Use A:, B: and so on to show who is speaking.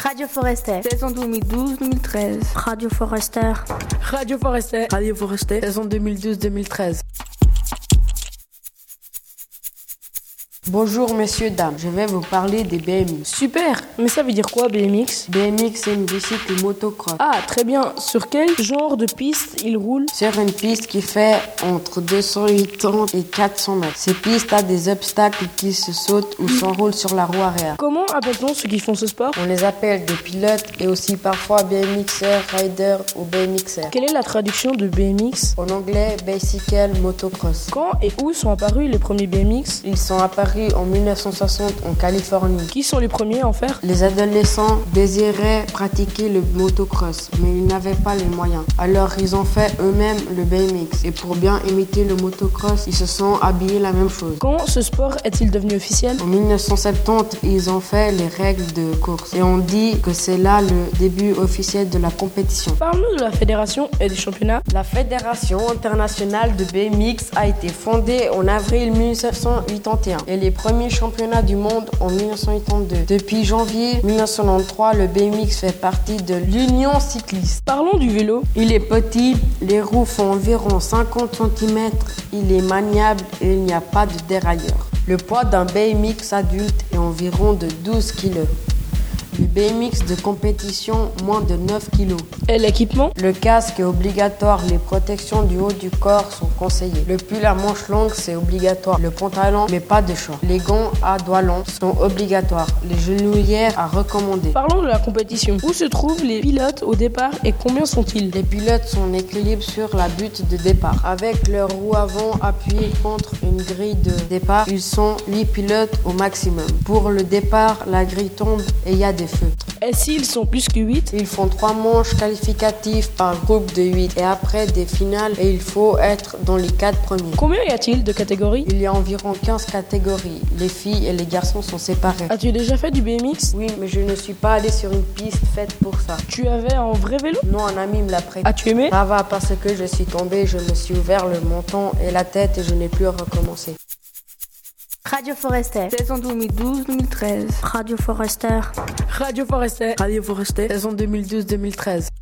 A: Radio Forester.
B: Saison 2012-2013.
A: Radio Forester.
C: Radio Forester.
D: Radio Forester.
C: Saison 2012-2013.
D: Bonjour messieurs, dames, je vais vous parler des BMX.
C: Super Mais ça veut dire quoi BMX
D: BMX c'est une bicycle motocross.
C: Ah très bien, sur quel genre de piste il roule
D: Sur une piste qui fait entre 280 et 400 mètres. Ces pistes a des obstacles qui se sautent ou s'enroulent sur la roue arrière.
C: Comment appelle-t-on ceux qui font ce sport
D: On les appelle des pilotes et aussi parfois BMXers, riders ou BMXers.
C: Quelle est la traduction de BMX
D: En anglais, bicycle motocross.
C: Quand et où sont apparus les premiers BMX
D: Ils sont apparus en 1960 en Californie.
C: Qui sont les premiers à en faire
D: Les adolescents désiraient pratiquer le motocross, mais ils n'avaient pas les moyens. Alors ils ont fait eux-mêmes le BMX. Et pour bien imiter le motocross, ils se sont habillés la même chose.
C: Quand ce sport est-il devenu officiel
D: En 1970, ils ont fait les règles de course. Et on dit que c'est là le début officiel de la compétition.
C: Parle-nous de la fédération et des championnats.
D: La Fédération internationale de BMX a été fondée en avril 1981. Elle les premiers championnats du monde en 1982. Depuis janvier 1993, le BMX fait partie de l'Union cycliste.
C: Parlons du vélo.
D: Il est petit, les roues font environ 50 cm, il est maniable et il n'y a pas de dérailleur. Le poids d'un BMX adulte est environ de 12 kg. Le BMX de compétition, moins de 9 kg.
C: Et l'équipement
D: Le casque est obligatoire, les protections du haut du corps sont conseillées. Le pull à manches longues, c'est obligatoire. Le pantalon, mais pas de short. Les gants à doigts longs sont obligatoires. Les genouillères à recommander.
C: Parlons de la compétition. Où se trouvent les pilotes au départ et combien sont-ils
D: Les pilotes sont en équilibre sur la butte de départ. Avec leur roue avant appuyée contre une grille de départ, ils sont 8 pilotes au maximum. Pour le départ, la grille tombe et il y a des feux.
C: Et s'ils sont plus que 8
D: Ils font trois manches qualificatives par groupe de 8 et après des finales et il faut être dans les 4 premiers.
C: Combien y a-t-il de catégories
D: Il y a environ 15 catégories. Les filles et les garçons sont séparés.
C: As-tu déjà fait du BMX
D: Oui, mais je ne suis pas allé sur une piste faite pour ça.
C: Tu avais un vrai vélo
D: Non, un ami me l'a prêté.
C: As-tu aimé
D: Ça va parce que je suis tombé, je me suis ouvert le menton et la tête et je n'ai plus à recommencer.
A: Radio Forester.
B: Saison 2012-2013.
A: Radio Forester.
C: Radio Forester.
D: Radio Forester.
C: Saison 2012-2013.